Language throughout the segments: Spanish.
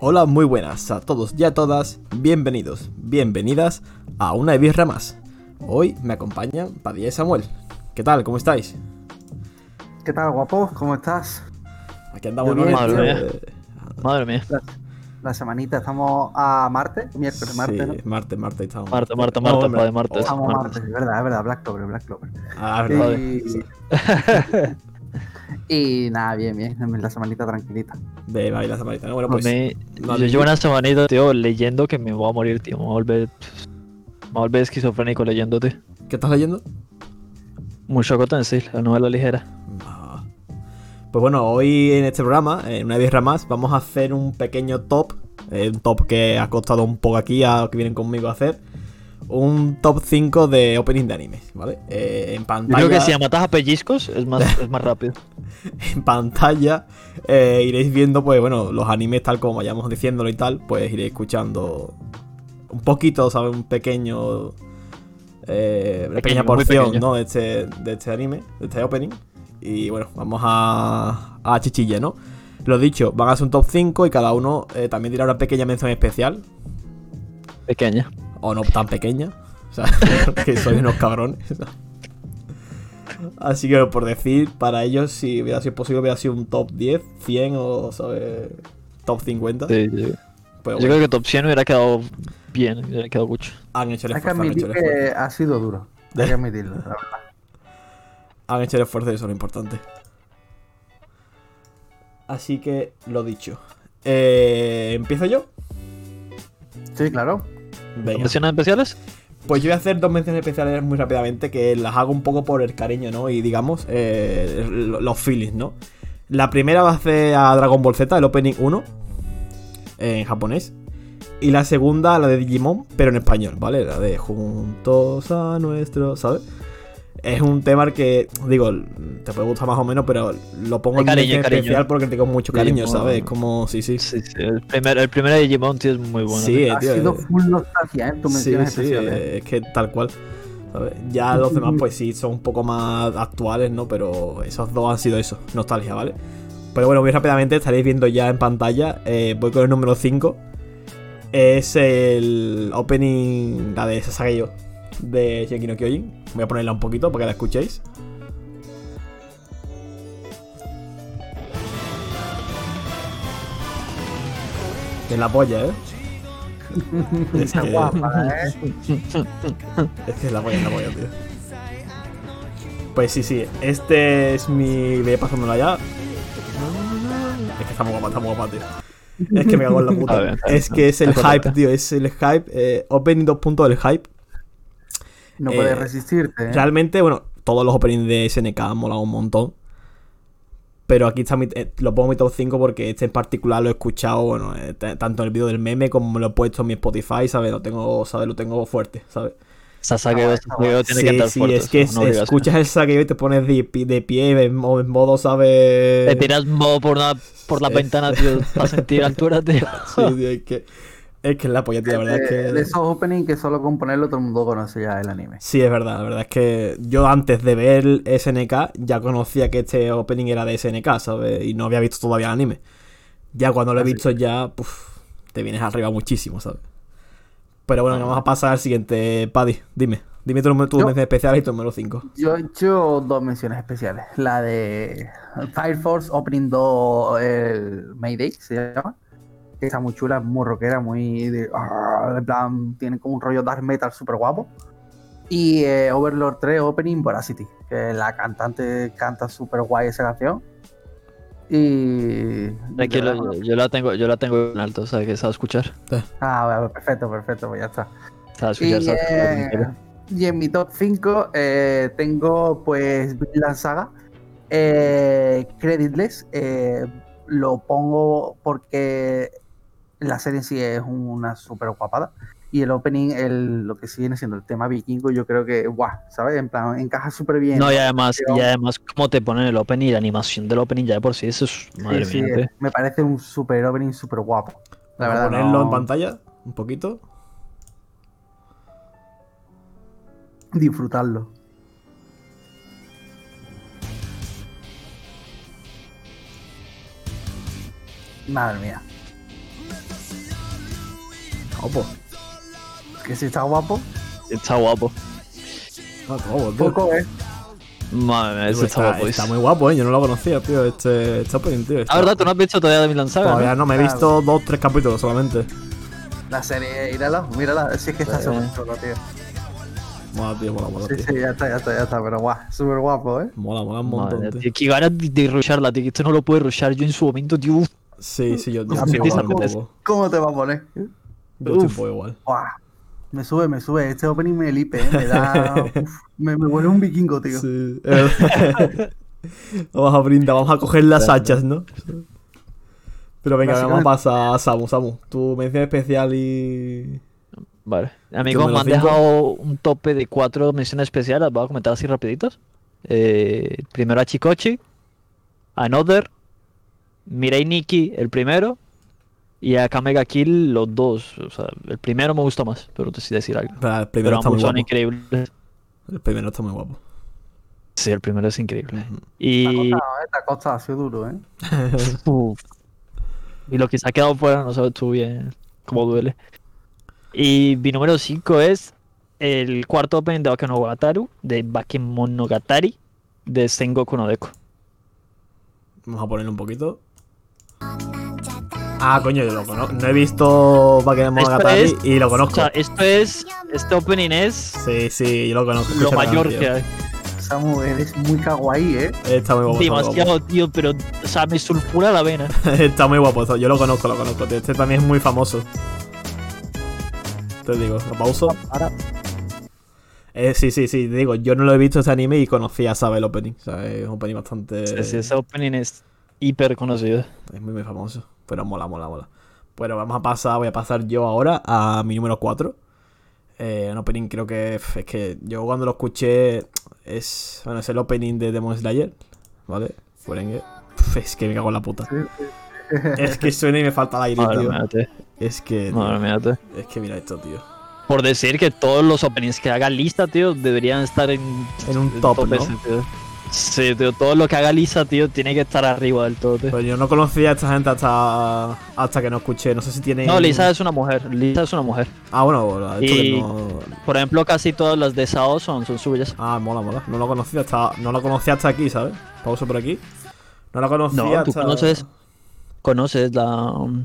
Hola, muy buenas a todos y a todas. Bienvenidos, bienvenidas a una birra más. Hoy me acompañan Padilla y Samuel. ¿Qué tal? ¿Cómo estáis? ¿Qué tal, guapo? ¿Cómo estás? Aquí andamos Yo bien, bien, tío, madre eh, Madre mía. La, la semanita estamos a martes, miércoles, martes, ¿no? sí, Marte, Marte, estamos. Marte, Marte, No, Marte, hombre, padre, Marte. oh, Estamos a martes, es verdad, es verdad, Black Clover, Black Clover. ah, Y- verdad. Y nada, bien, bien, la semanita tranquilita. De bailar esa marita, ¿no? Bueno, A pues. mí- no yo le- llevo una semanita, tío, leyendo que me voy a morir, tío. Me voy a volver, me voy a volver esquizofrénico leyendo, tío. ¿Qué estás leyendo? Mucho Cotensil, la novela ligera. Ah. Pues bueno, hoy en este programa, en una birra más, vamos a hacer un pequeño top. eh, un top que ha costado un poco aquí a los que vienen conmigo a hacer. Un top 5 de opening de animes, ¿vale? Eh, en Yo pantalla. creo que si me matas a pellizcos es más, es más rápido. en pantalla eh, iréis viendo, pues bueno, los animes tal como vayamos diciéndolo y tal, pues iréis escuchando un poquito, ¿sabes? Un pequeño. eh, una pequeña Pequeño, muy porción, pequeño. ¿no? De este, de este anime, de este opening. Y bueno, vamos a, a chichilla, ¿no? Lo dicho, van a ser un top 5 y cada uno eh, también dirá una pequeña mención especial, Pequeña. o no tan pequeña. O sea, que soy unos cabrones. Así que por decir, para ellos, si hubiera sido posible, hubiera sido un top 10, 100 o, ¿sabes? Top 50. Sí, sí. Pero Yo bueno, creo que top 100 hubiera quedado bien, hubiera quedado mucho. han hecho el Hay que esfuerzo. Han hecho admitir el esfuerzo. que ha sido duro. Hay que admitirlo, la verdad. Han hecho el esfuerzo y eso es lo importante. Así que, lo dicho. Eh, ¿Empiezo yo? Sí, claro. Venga. ¿Menciones especiales? Pues yo voy a hacer dos menciones especiales muy rápidamente que las hago un poco por el cariño, ¿no? Y digamos, eh, lo- los feelings, ¿no? La primera va a ser a Dragon Ball Z, el Opening 1, en japonés. Y la segunda, la de Digimon, pero en español, ¿vale? La de Juntos a Nuestro, ¿sabes? Es un tema que, digo, te puede gustar más o menos, pero lo pongo Hay en cariño, mención hay cariño. especial porque tengo mucho cariño, Digimon. ¿sabes? Es Como, sí, sí. Sí, sí. El primer, el primer de Digimon, tío, es muy bueno. Sí, tío. eh, Ha tío, sido eh. full nostalgia, ¿eh? Tú Sí, mencionas sí, especiales. eh, es que tal cual. ¿sabes? Ya los demás, pues sí, son un poco más actuales, ¿no? Pero esos dos han sido eso, nostalgia, ¿vale? Pero bueno, muy rápidamente estaréis viendo ya en pantalla. eh, voy con el número 5. Es el opening, la de Sasageyo de Shenki no Kyojin. Voy a ponerla un poquito para que la escuchéis. Que la polla, ¿eh? es Está que- guapa, ¿eh? es que es la polla, es la polla, tío. Pues sí, sí, este es mi. Ve pasándola ya. Es que está muy guapa, está muy guapa, tío. Es que me cago en la puta. Está bien, está bien, es que es el está hype, correcta. tío. Es el hype. Eh, opening 2 puntos del hype. No Eh, puedes resistirte, ¿eh? Realmente, bueno, todos los openings de SNK han molado un montón. Pero aquí está mi, eh, lo pongo en mi top 5 porque este en particular lo he escuchado, bueno, eh, t- tanto en el vídeo del meme como me lo he puesto en mi Spotify, ¿sabes? Lo tengo, ¿sabes? Lo tengo fuerte, ¿sabes? Sasageo, Está guay, Sasageo tiene que estar sí, fuerte. es que eso, una es- obligación. escuchas el saqueo y te pones de, pi- de pie en, mo- en modo, ¿sabes? Te tiras modo por, una, por la Sí. ventana, tío, para sentir altura, tío. Sí, tío, es que es que es la polla, tío, la verdad de, es que... Eh, de esos openings que solo con ponerlo todo el mundo conoce ya el anime. Sí, es verdad, la verdad es que yo antes de ver el SNK ya conocía que este opening era de SNK, ¿sabes? Y no había visto todavía el anime. Ya cuando lo he Así visto ya, puf, te vienes arriba muchísimo, ¿sabes? Pero bueno, vamos a pasar al siguiente, Paddy, dime. Dime tu número, tu Ah. Yo- mención especial y tu número 5. Yo he hecho dos menciones especiales. La de Fire Force Opening 2 el Mayday, se llama. que Está muy chula, es muy rockera, muy de... ah, en plan, tiene como un rollo dark metal súper guapo. Y eh, Overlord 3 Opening Voracity, que la cantante canta súper guay esa canción. Y... Tranquilo, yo, yo la tengo, yo la tengo en alto, o sea que se va a escuchar. Ah, bueno, perfecto, perfecto, pues ya está. Se va Y, a escuchar, se va a escuchar, eh, tranquilo. y en mi top 5 eh, tengo pues la Saga, eh, Creditless, eh, lo pongo porque la serie en sí es una super guapada y el opening, el, lo que sí viene siendo el tema vikingo, yo creo que, guau, ¿sabes? En plan, encaja súper bien. No, y además, pero- y además, cómo te ponen el opening y la animación del opening ya de por sí, eso es. Sí, Madre sí, mía, tío. me parece un super opening súper guapo. La Vamos a verdad, ponerlo no- en pantalla un poquito. disfrutarlo. Madre mía. Opo. Que si está guapo, Está guapo. Opo, tío. poco, ¿eh? Madre mía, Tío, ese está, está, guapo. está ese. muy guapo, ¿eh? Yo no lo conocía, tío. Este, este opening, tío. La está- Ah, verdad, tú no has visto todavía de Milan Saga. Todavía no me he Claro. visto dos, tres capítulos solamente. La serie, mírala, mírala. Si es que está Sí. súper chulo, tío. Mola, tío, mola, mola, Sí, tío. sí, ya está, ya está, ya está. Pero guau, súper guapo, ¿eh? Mola, mola un ¿no? Madre, montón, tío. tío, que ganas de, de rusharla, tío. que Esto no lo puede rushar yo en su momento, tío. Uf, Sí, sí, yo, yo Uf, estoy igual un apetece. poco. ¿Cómo te va a poner? Yo estoy un Uf. poco igual. Guau. Me sube, me sube. Este opening me lipe, ¿eh? Me da. uf, me, me vuelve un vikingo, tío. Sí, es verdad. vamos a brindar, vamos a coger las hachas, ¿no? Pero venga, vamos a Básicamente. pasar a Samu, Samu. Tu mención especial y. Vale. Yo Amigos, me me, lo han cinco. dejado un tope de cuatro menciones especiales. las Voy a comentar así rapiditos. Eh, primero a Chicochi, Another, Mirei Nikki, el primero, y a Kamega Kill, los dos. O sea, el primero me gustó más, pero te sí decir algo. Pero el primero Pero está ambos muy son guapo. increíbles. El primero está muy guapo. Sí, el primero es increíble. Ujú. Te ha Y, costado, ¿eh? Te ha costado, ha sido duro, ¿eh? Pues, Uf. y lo que se ha quedado fuera, no sabes tú bien cómo duele. Y mi número 5 es el cuarto opening de Bakemonogatari, de Bakemonogatari, de Sengoku no Deko. Vamos a ponerle un poquito. Ah, coño, yo lo conozco. No he visto Bakemonogatari Monogatari Esto y lo O conozco. sea, esto es, este opening es Sí, sí, yo lo conozco. lo Escucha la mayor canción. que hay. Samu, eres muy kawaii, ¿eh? Está muy guapo. está muy guapo. Demasiado, tío, pero, o sea, me sulfura la vena. Está muy guapo eso, yo lo conozco, lo conozco, tío. Este también es muy famoso. Te digo, lo pauso. Ahora- Eh, sí, sí, sí, te digo, yo no lo he visto ese anime y conocía, ¿sabes? El opening. O sea, es un opening bastante. Sí, sí, pues, ese opening es hiper conocido. Es muy, muy famoso. Pero mola, mola, mola. Bueno, vamos a pasar, voy a pasar yo ahora a mi número 4. Eh, un opening creo que f, es que yo cuando lo escuché es, bueno, es el opening de Demon Slayer, ¿vale? Furengue. F, Es que me cago en la puta. Es que suena y me falta el aire, Madre tío. mía, tío. Es que, tío, Madre mía, tío. es que mira esto, tío. Por decir que todos los openings que haga lista, tío, deberían estar en, En un el top, ¿no? ese, tío. Sí, tío, todo lo que haga lista, tío, tiene que estar arriba del todo, tío. Pero yo no conocía a esta gente hasta, hasta que no escuché. No sé si tiene. No, Lisa es una mujer, Lisa es una mujer. Ah, bueno, la- esto que Y- no. Por ejemplo, casi todas las de Sao son, son suyas. Ah, mola, mola. No lo conocía hasta, no lo conocía hasta aquí, ¿sabes? Pausa por aquí. No lo conocía No, tú hasta- conoces, conoces la um,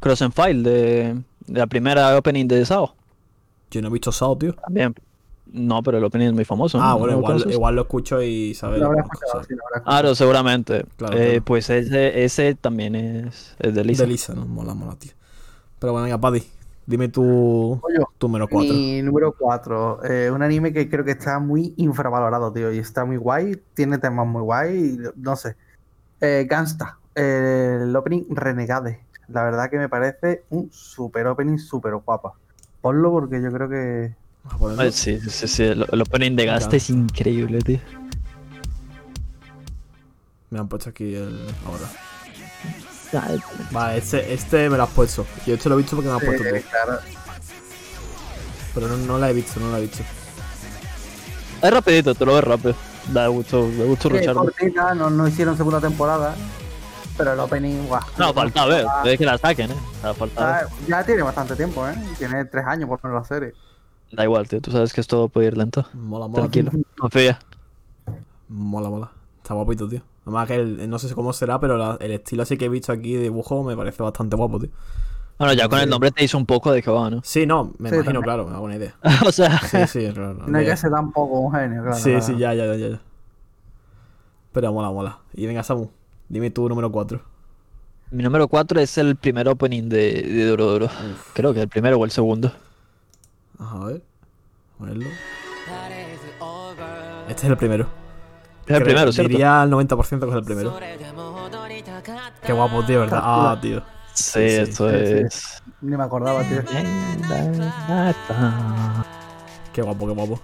Cross and File de, de la primera opening de Sao. Yo no he visto Sao, tío. También. No, pero el opening es muy famoso. Ah, ¿no? bueno, ¿No lo igual, conoces? igual lo escucho y sabes. Lo lo habrá conozco, escuchado, ¿sabes? sí, lo habrá escuchado. Claro, seguramente. Claro, Eh, claro. Pues ese, ese también es, es de Lisa. De Lisa, ¿no? Mola, mola, tío. Pero bueno, venga, Paddy. Dime tu, Coño, tu número 4. Mi número 4. un anime que creo que está muy infravalorado, tío. Y está muy guay. Tiene temas muy guay. y No sé. Eh, Gangsta. eh, el opening Renegade. La verdad que me parece un super opening, super guapa. Ponlo porque yo creo que. Vamos a ponerlo. Eh, Sí, sí, sí, sí, Lo, lo ponen de gaste, es increíble, tío. Me han puesto aquí el. Ahora. Vale, este, este me lo has puesto. Yo este lo he visto porque me lo has puesto Eh, tú. claro. Pero no, no la he visto, no la he visto. Es rapidito, te lo ves rápido. Da gusto, da gusto Sí, rucharlo. cortita, no, no hicieron segunda temporada. Pero el opening, guau. No, falta ver, es que la saquen, eh. O sea, falta ver. Ah, Ya tiene bastante tiempo, ¿eh? Tiene tres años por poner la serie. Da igual, tío, tú sabes que esto puede ir lento. Mola, mola. tío. Tranquilo, confía. Mola, mola. Está guapito, tío. Además que el- no sé cómo será, pero la- el estilo así que he visto aquí de dibujo me parece bastante guapo, tío. Bueno, ya con el nombre te hizo un poco de que va, ¿no? Sí, no, me Sí, imagino, también. claro, me hago una idea. o sea, Sí, sí, claro. No hay de- que ser tampoco un genio, claro. Sí, claro. sí, ya, ya, ya, ya. ya. Pero mola, mola. Y venga, Samu, dime tu número 4. mi número 4 es el primer opening de, de Doro Doro. Creo que el primero o el segundo. A ver. Ponerlo. Este es el primero. Es el Creo- primero, ¿cierto? Diría al 90% que es el primero. Qué guapo, tío, ¿verdad? Ah, tío. Sí, sí, esto sí, sí. es. Ni me acordaba, tío. ¿Eh? Qué guapo, qué guapo.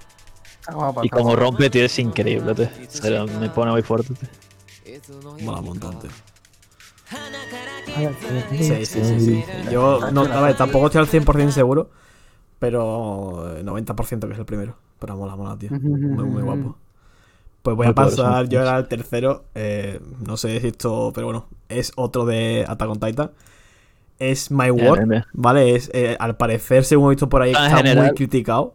Está guapa, Y está como guapa. rompe, tío, es increíble, tío. O sea, me pone muy fuerte, tío. Mola un montón, tío. Sí, Sí, sí, sí, sí. Yo no, a ver, tampoco estoy al 100% seguro, pero eh, 90% que es el primero. Pero mola, mola, tío. Muy, muy guapo. Pues voy a Muy poderoso, pasar muy yo ahora al tercero. eh, no sé si esto, pero bueno, es otro de Attack on Titan. es My World, bien, bien. ¿vale? Es, eh, al parecer, según he visto por ahí, Ah, en está muy general. criticado.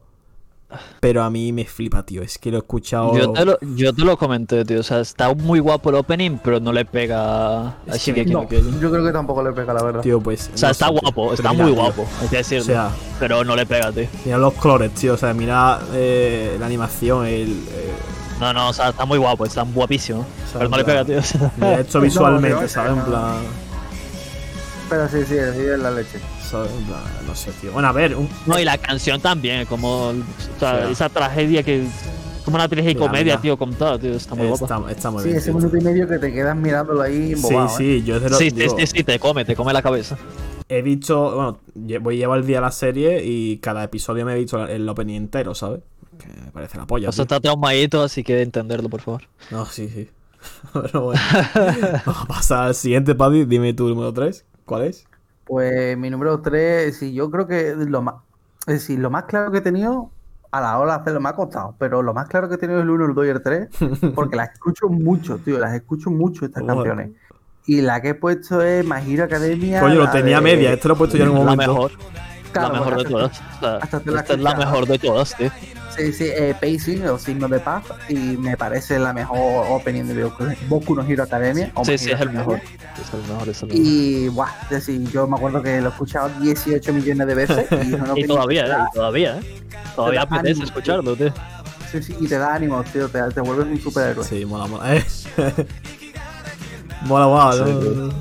Pero a mí me flipa, tío. Es que lo he escuchado. Yo te, lo, yo te lo comenté, tío. O sea, está muy guapo el opening, pero no le pega a Es que Shingeki no No, Kyojin. yo creo que tampoco le pega, la verdad. Tío, pues. O sea, no está sé, tío. guapo, Pero está mira, muy tío, guapo, hay que decirlo. O sea, pero no le pega, tío. mira los colores, tío. O sea, mira eh, la animación, el. eh, No, no, o sea, está muy guapo, está guapísimo. sea, pero no le en plan- pega, tío. o sea. mira esto No, visualmente, tío, ¿eh? ¿sabes? En no. plan. Pero sí, sí, sí, es la leche. ¿sabes? En plan, No sé, tío. Bueno, a ver, un, No, y la canción también, como o sea, Sí. esa tragedia que. Como una tragedia y Mira, comedia, mira. tío, contada, tío. Está muy guapa. está, está muy Sí, bien. ese tío. minuto y medio que te quedas mirándolo ahí Sí, embobado. ¿eh? sí, yo desde lo- Sí, sí, digo, sí, sí, te come, te come la cabeza. he visto, bueno, lle- voy a llevar el día la serie y cada episodio me he visto la- el opening entero, ¿sabes? Que me parece la polla. O sea, tío. está traumadito, así que entenderlo, por favor. No, sí, sí. Pero bueno. Vamos a pasar al siguiente, Paddy. Dime tu número 3. ¿Cuál es? Pues mi número 3, sí, yo creo que lo más, es decir, lo más claro que he tenido a la hora de hacerlo me ha costado, pero lo más claro que he tenido es el 1, el 2 y el 3, porque las escucho mucho, tío, las escucho mucho estas Joder. canciones. Y la que he puesto es My Hero Academia. Coño, lo la tenía de- media. Este lo he puesto yo en un La momento. mejor, Claro, la mejor de hasta- todas. O sea, hasta te la esta es la escuchas. mejor de todas, tío. Sí, sí, eh, Pacing o Signo de Paz, y me parece la mejor opening de Boku, Boku no Hero Academia. o My Sí, sí, Hero es el Academia. mejor. Es el mejor, es el mejor. Y, buah, es decir, yo me acuerdo que lo he escuchado 18 millones de veces. Y, es una Y opening todavía, que te eh, da- y todavía, eh. Todavía Te da apetece ánimo, escucharlo, tío. Sí, sí, y te da ánimo, tío, te, te vuelves un superhéroe. Sí, mola, mola. Eh. mola, mola. ¿no? Sí,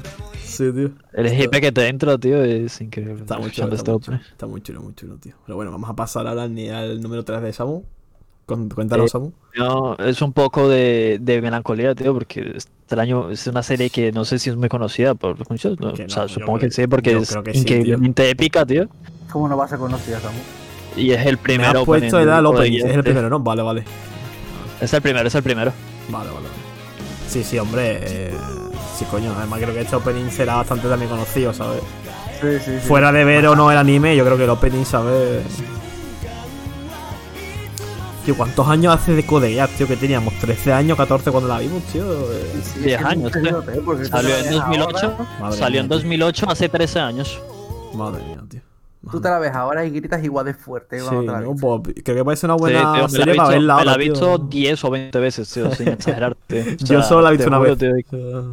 Sí, tío. El hippie que te entra, tío, es increíble. Está muy chulo. Escuchando Está este muy chulo, opening. está muy chulo, muy chulo, tío. Pero bueno, vamos a pasar ahora ni al número 3 de Samu. Con- Cuéntanos, Eh, Samu. No, es un poco de, de melancolía, tío, porque extraño, es una serie que no sé si es muy conocida por muchos, ¿no? Que o sea, no, yo supongo creo- que sí, porque yo es creo que sí, increíblemente épica, tío, ¿Cómo no vas a conocer a Samu? y es el Me has primero. puesto opening el al de opening. Odeguian, Es el tío. primero, ¿no? Vale, vale. Es el primero, es el primero. Vale, vale, vale. Sí, sí, hombre. eh, sí, coño. Además, creo que este opening será bastante también conocido, ¿sabes? Sí, sí, sí. Fuera de ver o no el anime, yo creo que el opening, ¿sabes? Tío, ¿cuántos años hace de Code Geass, tío? Que teníamos 13 años, 14 cuando la vimos, tío. Eh, Sí, 10 es un años, superhéroe, ¿eh? Porque tú Salió te la en ves ahora- 2008, Madre salió mía, en tío. 2008, hace 13 años. Madre mía, tío. tú te la ves ahora y gritas igual de fuerte. ¿eh? Sí, cuando te la ¿no? ves. Pues, creo que puede ser una Sí, buena tío, me serie la he para visto- verla me la ahora, he visto tío. 10 o 20 veces, tío, sin exagerarte. O Yo sea, solo la he visto te una juro, vez. tío, Eh,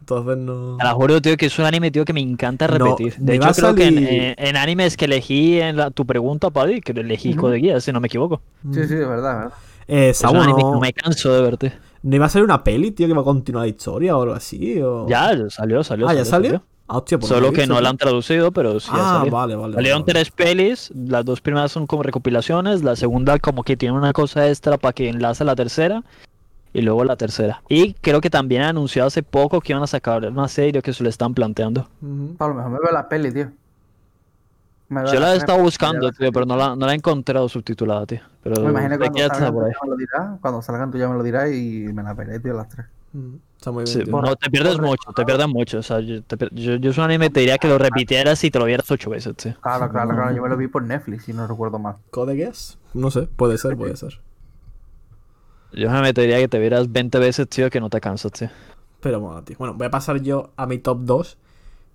Entonces no... Te la juro, tío, que es un anime, tío, que me encanta No, repetir. me de va a hecho, creo que en, salir- en- en animes que elegí en la- tu pregunta, Paddy, que elegí Ujú. Code Geass, si no me equivoco. Sí, Mm. sí, de verdad, verdad. Eh, Es un Sabu, anime que no... no me canso de verte. ¿No iba a salir una peli, tío, que va a continuar la historia o algo así? O... Ya, salió, salió. ah, ¿ya salió? Ah, hostia, pues Solo lo he que visto, no la tío. han traducido, pero sí ya Ah, salió. vale, vale. Salieron vale, tres pelis, las dos primeras son como recopilaciones, la segunda como que tiene una cosa extra para que enlace la tercera, y luego la tercera. Y creo que también han anunciado hace poco que iban a sacar una serie que se le están planteando. Ujú. A lo mejor me veo la peli, tío. Me veo Yo la he peli, estado me buscando, veo la- tío, pero no la, no la he encontrado subtitulada, tío. Pero Me imagino que sé que ya cuando está salgan, tú por ahí. ya me lo dirás, cuando salgan tú ya me lo dirás y me la veré, tío, las tres. Ujú. Está muy bien. Sí, tío. por- no, te pierdes por- mucho, te pierdes mucho. O sea, yo, te pier- yo, yo es un anime, te diría que lo repitieras y te lo vieras ocho veces, tío. Claro, claro, claro, yo me lo vi por Netflix, si no recuerdo mal. ¿Code Geass? No sé, puede ser, puede ser. Yo me metería que te vieras 20 veces, tío, que no te cansas, tío. Pero bueno, tío. Bueno, voy a pasar yo a mi top 2.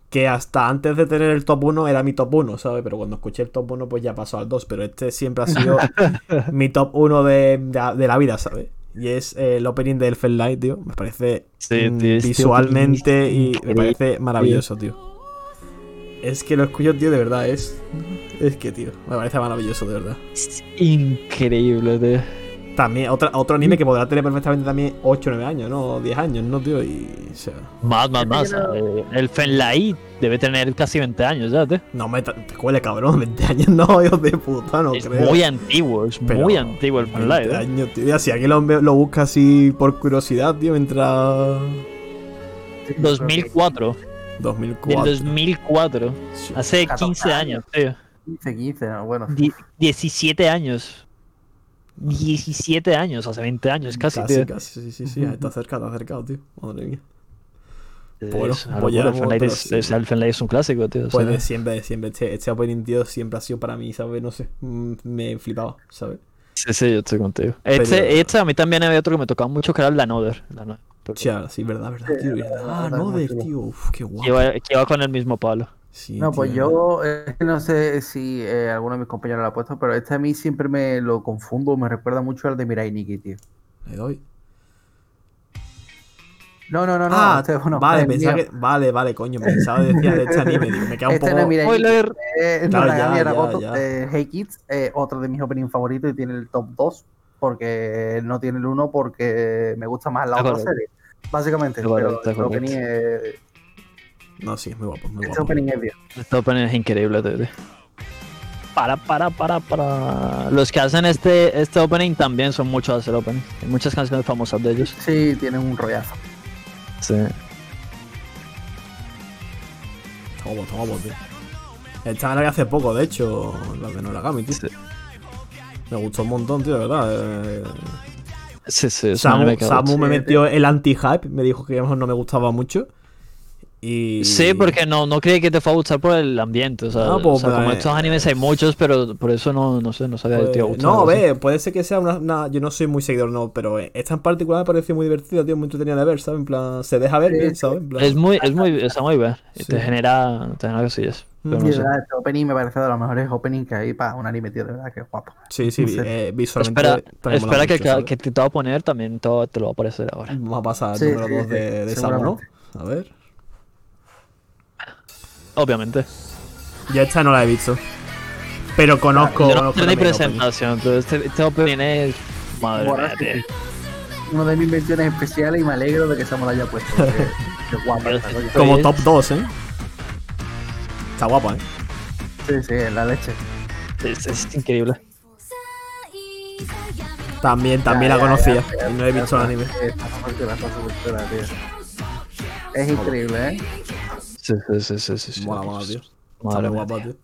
Que hasta antes de tener el top 1 era mi top 1, ¿sabes? Pero cuando escuché el top 1, pues ya pasó al 2. Pero este siempre ha sido mi top 1 de, de- de la vida, ¿sabes? Y es eh, el opening de Elfen Light, tío. Me parece Sí, mm, tío, este visualmente opening y es me parece maravilloso, tío. Es que lo escucho, tío, de verdad. Es, es que, tío, me parece maravilloso, de verdad. Es increíble, tío. También, otra, otro anime que podrá tener perfectamente también 8 o 9 años, ¿no? O 10 años, ¿no, tío? Y. O sea, Más, más, más. Pero- eh, El Fenlai debe tener casi 20 años ya, tío. no me te cuele, cabrón. 20 años, no, hijo de puta, no es creo. muy ¿eh? antiguo, es Pero- muy antiguo el 20 Fenlai. tío. años, tío. Mira, Si alguien lo, ve- lo busca así por curiosidad, tío, mientras. Sí, yo creo que- 2004, del 2004. 2004, Sí. hace 14 15 años, tío. 15, 15, ¿no? bueno. sí. Die- 17 años. 17 años, hace 20 años casi, Casi, tío. casi, sí, sí, sí. Está cerca, está cercado, tío. Madre mía. Bueno, Es una pues ya locura, hemos- Fenlay pero es, sí. es- el Fenlay es un clásico, tío. o Pues sea, de siempre, de siempre. Este, este opening, tío, siempre ha sido para mí, ¿sabes? No sé. mm, Me flipaba, ¿sabes? sí, sí, yo estoy contigo. Este, Pero- este a mí también había otro que me tocaba mucho, que era el Lanoder. Lanoder. Hostia, sí, verdad, verdad, tío. verdad. Ah, verdad, no, de, verdad. tío. Uf, qué guapo. Que iba, que iba con el mismo palo. Sí, No, pues tío. yo eh, no sé si eh, alguno de mis compañeros lo ha puesto, pero este a mí siempre me lo confundo, me recuerda mucho al de Mirai Nikki, tío. Le doy. No, no, no, no. ah, este es uno, vale, el pensaba mío. que. Vale, vale, coño, pensaba que decías de este anime. Digo, me queda un Este poco. no es Mirai Nikki, Spoiler. eh, Claro, ya, Noragami ya, Aragoto, ya. eh, Hey Kids, eh, otro de mis openings favoritos y tiene el top 2, porque no tiene el 1 porque me gusta más la Está otra correcto. serie. Básicamente, Está correcto, pero está el opening es- No, sí, es muy guapo, es muy este guapo. opening es Dios. Este opening es increíble, tío. Para, para, para, para. Los que hacen este, este opening también son muchos de hacer opening. Hay muchas canciones famosas de ellos. Sí, tienen un rollazo. Sí. Está guapo, está guapo, tío. El chaval que hace poco, de hecho, la de Noragami, tío. Sí. Me gustó un montón, tío, de verdad. eh, Sí, sí. eh, es un Samu, anime que- Samu me sí, metió el anti-hype, me dijo que a lo mejor no me gustaba mucho. Y... Sí, porque no, no creí que te fue a gustar por el ambiente. O sea, No, pues, o sea, como eh, estos animes hay muchos, pero por eso no, no sé, no sabía que pues, te iba a gustar. no, o sea. ve, puede ser que sea una, una- Yo no soy muy seguidor, no, pero eh, esta en particular me pareció muy divertida, tío, muy entretenida de ver, ¿sabes? En plan, se deja ver Sí, bien, sí. ¿sabes? En plan- Es muy, es muy, está muy bien. Y Sí. Te genera, te genera cosillas. Pero Mm. no Y de sé. verdad, este opening me parece de los mejores openings que hay para un anime, tío, de verdad, que guapo. Sí, sí, no sé. eh, visualmente. Espera, también mola espera que, mucho, ¿sabes? que te te voy a poner también, todo, te lo va a aparecer ahora. Vamos a pasar al Sí, número sí, 2 sí, de, de Samu, ¿no? seguramente. A ver. Obviamente. Ya esta no la he visto. Pero conozco. Yo no conozco tengo ni también el opening. presentación, entonces este, este opening es... Madre mía, Borraste, tío. tío. Uno de mis menciones especiales y me alegro de que Samu lo haya puesto. porque- Qué guapo esta coño. Como Sí. top 2, ¿eh? Está guapa, ¿eh? Sí, sí, es la leche. Es, es increíble. También, también Ya, la ya, conocía. ya, ya, y no he ya visto el está. anime. Sí, Eh, está fuerte, está fuerte, está fuerte, tío. Es increíble, ¿eh? Sí, sí, sí, sí, sí, sí. Mola, mola, tío. Está Madre muy mía, guapa, tío. tío.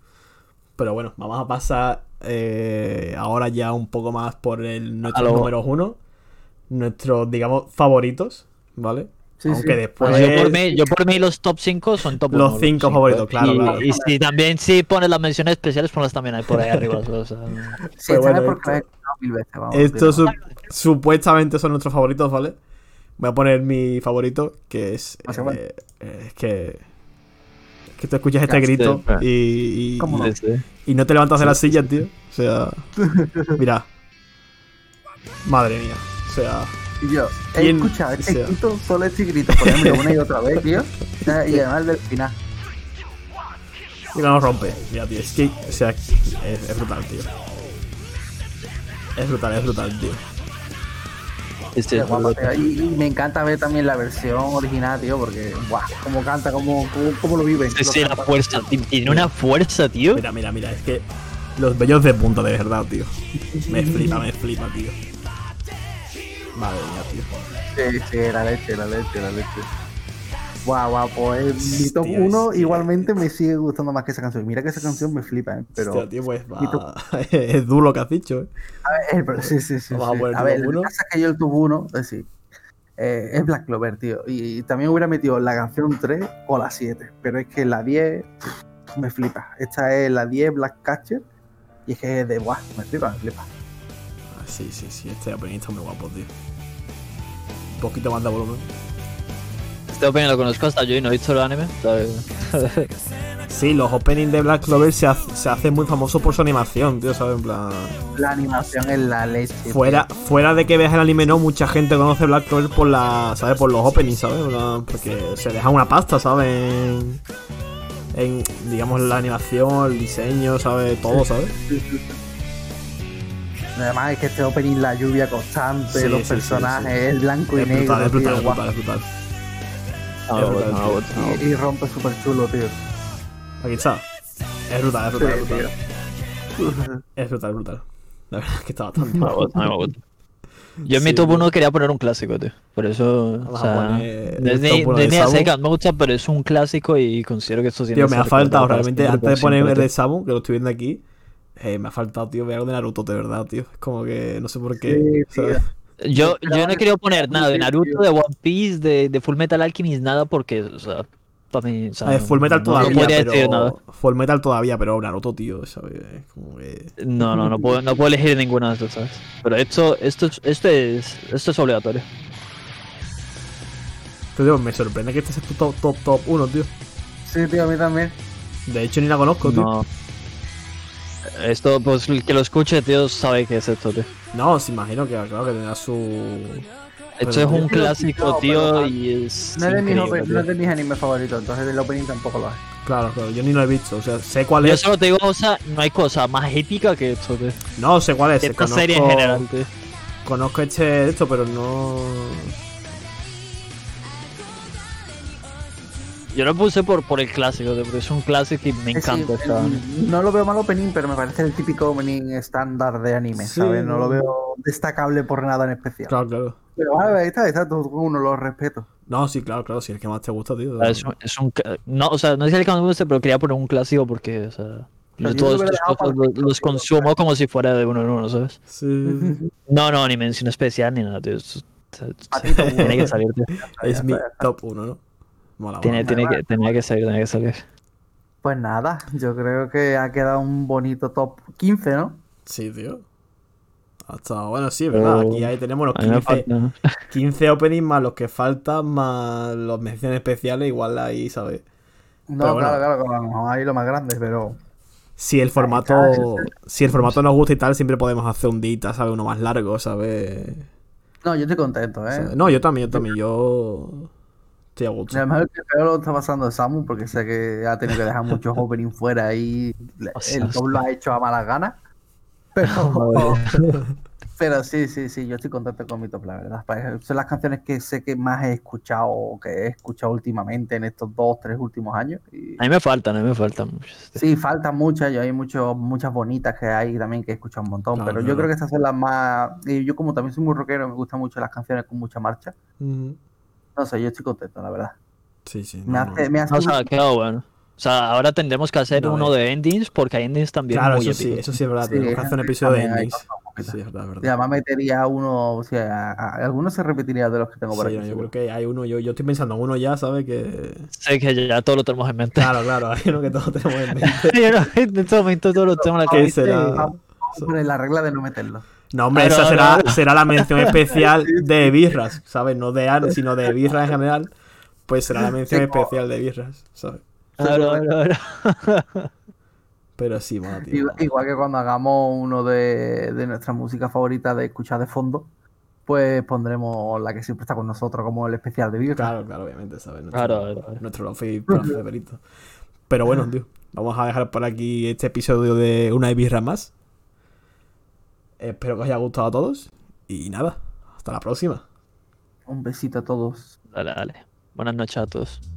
Pero bueno, vamos a pasar eh, ahora ya un poco más por el, nuestros Aló. números uno. Nuestros, digamos, favoritos, ¿vale? Sí, Aunque sí. después. yo, por mí, yo por mí los top 5 son top Pues Los uno, cinco favoritos, claro, y, claro. Y si también si pones las menciones especiales, ponlas también ahí por ahí arriba. o sea, Sí, esta bueno, vez porque la he esto- escuchado mil veces, vamos. Estos tío. su- supuestamente son nuestros favoritos, ¿vale? Voy a poner mi favorito, que es. Ah, sí, bueno. eh, eh, es que. es que tú escuchas este Ya, sí, grito claro. y, y- ¿Cómo y- sí, sí. y no te levantas de la silla, tío. O sea. Mira. Madre mía. O sea. Y yo, he ¿Quién? escuchado este O sea. grito, solo este grito, por ejemplo, una y otra vez, tío. Ah, Y además el del final. Y no nos rompe. Mira, tío. Es que. O sea. Es, es brutal, tío. Es brutal, es brutal, tío. Sí, sí, Qué Este es guapo, verdad. tío. Y, y me encanta ver también la versión original, tío, porque, guau, cómo canta, cómo, cómo, cómo lo viven. Sí, este sí, Lo la canta. fuerza. ti- Tiene una fuerza, tío. Mira, mira, mira. Es que. Los bellos de punta, de verdad, tío. Me flipa, me flipa, tío. Madre mía, tío. Sí, sí, la leche, la leche, la leche. Guau, guau, pues mi top Hostia, 1 hostia. igualmente me sigue gustando más que esa canción. Mira que esa canción me flipa, ¿eh? pero... Hostia, tío, pues va- ¿Y tú? es duro lo que has dicho, eh. A ver, el pro- sí, sí, sí. Vamos a sí. poner el A ver, top lo que uno. pasa es que yo el top 1, es sí, eh, es Black Clover, tío. Y, también hubiera metido la canción 3 o la 7, pero es que la 10 pff, me flipa. Esta es la 10 Black Catcher y es que es de guau, me flipa, me flipa. Ah, sí, sí, sí. Este opening está muy guapo, tío. Un poquito más de volumen. Este opening lo conozco hasta yo y no he visto el anime. ¿sabes? Sí, los openings de Black Clover se, hace- se hacen muy famosos por su animación, tío, ¿sabes? En plan. La animación es la leche. tío. Eh, Fuera, fuera de que veas el anime, no, mucha gente conoce Black Clover por la. ¿Sabes? Por los openings, ¿sabes? En plan, Porque se deja una pasta, ¿sabes? En, en, digamos, la animación, el diseño, ¿sabes? Todo, ¿sabes? Además es que este opening, la lluvia constante, Sí, los sí, sí, personajes, sí. el blanco y Es brutal, negro, es brutal, tío, es guau. Ah, brutal, es brutal. No lo voto, no lo voto, no Y, lo y rompe súper chulo, tío. Aquí está. Es brutal, es brutal, es brutal. Es brutal, brutal. La verdad es que está bastante No me guapo. gusta, no me gusta. Yo en mi Sí, top tío. 1 quería poner un clásico, tío. Por eso. Vamos o a sea, poner el no es ni- top uno no es de ni a Samu. secas, me gusta, pero es un clásico y considero que esto tiene Tío, que me ha ser recordado faltado para realmente, siempre, antes de para poner el siempre, de Samu, que lo estoy viendo aquí, eh, me ha faltado, tío, ver algo de Naruto, de verdad, tío. Es como que no sé por qué. Sí, ¿sabes? tío. tío. Yo, yo no he Claro, querido poner nada de sí, Naruto, tío. de One Piece, de, de Full Metal Alchemist, nada, porque. O sea, para mí. O sea, A ver, Ah, Full Metal no- todavía, No podría pero. decir nada. Full Metal todavía, pero Naruto, tío, ¿sabes? Es como que. No, no, no puedo, no puedo elegir ninguna de estas, ¿sabes? Pero esto, esto, es- esto, es, esto es obligatorio. Pero, tío, me sorprende que este sea tu top, top, top 1, tío. Sí, tío, a mí también. De hecho, ni la conozco, tío. No. Esto, pues el que lo escuche, tío, sabe que es esto, tío. No, os imagino que, claro, que tendrá su. Esto es Pero- un clásico, no, tío, pero- y es. No es, de mis, increíble, open- tío. no es de mis animes favoritos, entonces el opening tampoco lo hace. Claro, claro, yo ni lo he visto. O sea, sé cuál Yo es. solo te digo, o sea, no hay cosa más épica que pues. esto, tío. No, sé cuál es. eh, Que Esta conozco... serie en general, tío. Conozco este esto, pero no. Yo lo puse por, por el clásico, tío, porque es un clásico y me Es encanta decir, esta. no lo veo mal opening, pero me parece el típico opening estándar de anime, Sí, ¿sabes? No no. lo veo destacable por nada en especial. Claro, claro. Pero bueno, ahí está, ahí está, todo uno lo respeto. No, sí, claro, claro. Si es el que más te gusta, tío. O sea, Es un, es un ca- no, o sea, no es el que más me guste, pero quería poner un clásico porque, o sea, Pero yo yo todos lo hubiera estos dejado para cosas los, el los clásico, consumo como si fuera de uno en uno, ¿sabes? Sí. No, no, ni mención especial ni nada, tío. Es- o sea, A ti te Tiene que salir, tío. es mi top 1, ¿no? Mola, Tiene, mola. tiene que, tenía que salir, tenía que salir. Pues nada, yo creo que ha quedado un bonito top 15, ¿no? Sí, tío. Hasta, bueno, sí, es verdad. Pero- Aquí ahí tenemos los Oh. A mí me 15, falta- 15 openings más los que faltan, más los menciones especiales, igual ahí, ¿sabes? No, Pero bueno. claro, claro, claro, a lo mejor hay lo más grande, pero Si el formato. Si el formato nos gusta y tal, siempre podemos hacer un dita, ¿sabes? Uno más largo, ¿sabes? Eh. no, yo estoy contento, O ¿eh? sea, no, yo también, yo también, yo. Estoy a A gusto. lo mejor el que peor lo está pasando es Samu, porque sé que ha tenido que dejar muchos openings fuera y le- O sea, el top lo ha hecho a malas ganas. Pero, pero sí, sí, sí, yo estoy contento con mi top, la verdad. Pa- Son las canciones que sé que más he escuchado o que he escuchado últimamente en estos dos, tres últimos años. Y... A mí me faltan, a mí me faltan muchos. tío. Sí, faltan muchas, y hay mucho, muchas bonitas que hay también que he escuchado un montón, Claro, pero yo claro. creo que estas son las más... Y yo como también soy muy rockero, me gustan mucho las canciones con mucha marcha. Ujú. No sé, yo estoy contento, la verdad. Sí, sí. no, Me no. hace, me hace No, o sea, quedó bueno. O sea, ahora tendremos que hacer No, uno de endings porque hay endings también Claro, muy eso sí, épicos. eso sí es verdad. Sí, Tenemos que hacer un episodio de también hay endings. cosas poquitas. Sí, es verdad, es Y verdad. además metería uno, o sea, a- algunos se repetiría de los que tengo por Sí, aquí. yo creo seguro. que hay uno, yo, yo estoy pensando en uno ya, ¿sabes? Que. Sé que ya todo lo tenemos en mente. Claro, claro, hay uno que todos tenemos en mente. Yo no- en este momento todos lo tenemos en la ¿Qué cabeza. será? Vamos a poner la regla de no meterlo. No, hombre, Claro, esa será, claro. será la mención especial de birras, ¿sabes? No de Anne, sino de birras en general. Pues será la mención Sí, como- especial de birras, ¿sabes? Claro, claro, claro. Pero sí, mola, tío. Igual, igual que cuando hagamos uno de, de nuestra música favorita de escuchar de fondo, pues pondremos la que siempre está con nosotros, como el especial de Virgen. Claro, claro, obviamente, ¿sabes? Nuestro, Claro, claro, claro. nuestro outfit favorito. Pero bueno, tío, vamos a dejar por aquí este episodio de una birra más. Espero que os haya gustado a todos. Y nada, hasta la próxima. Un besito a todos. Dale, dale. Buenas noches a todos.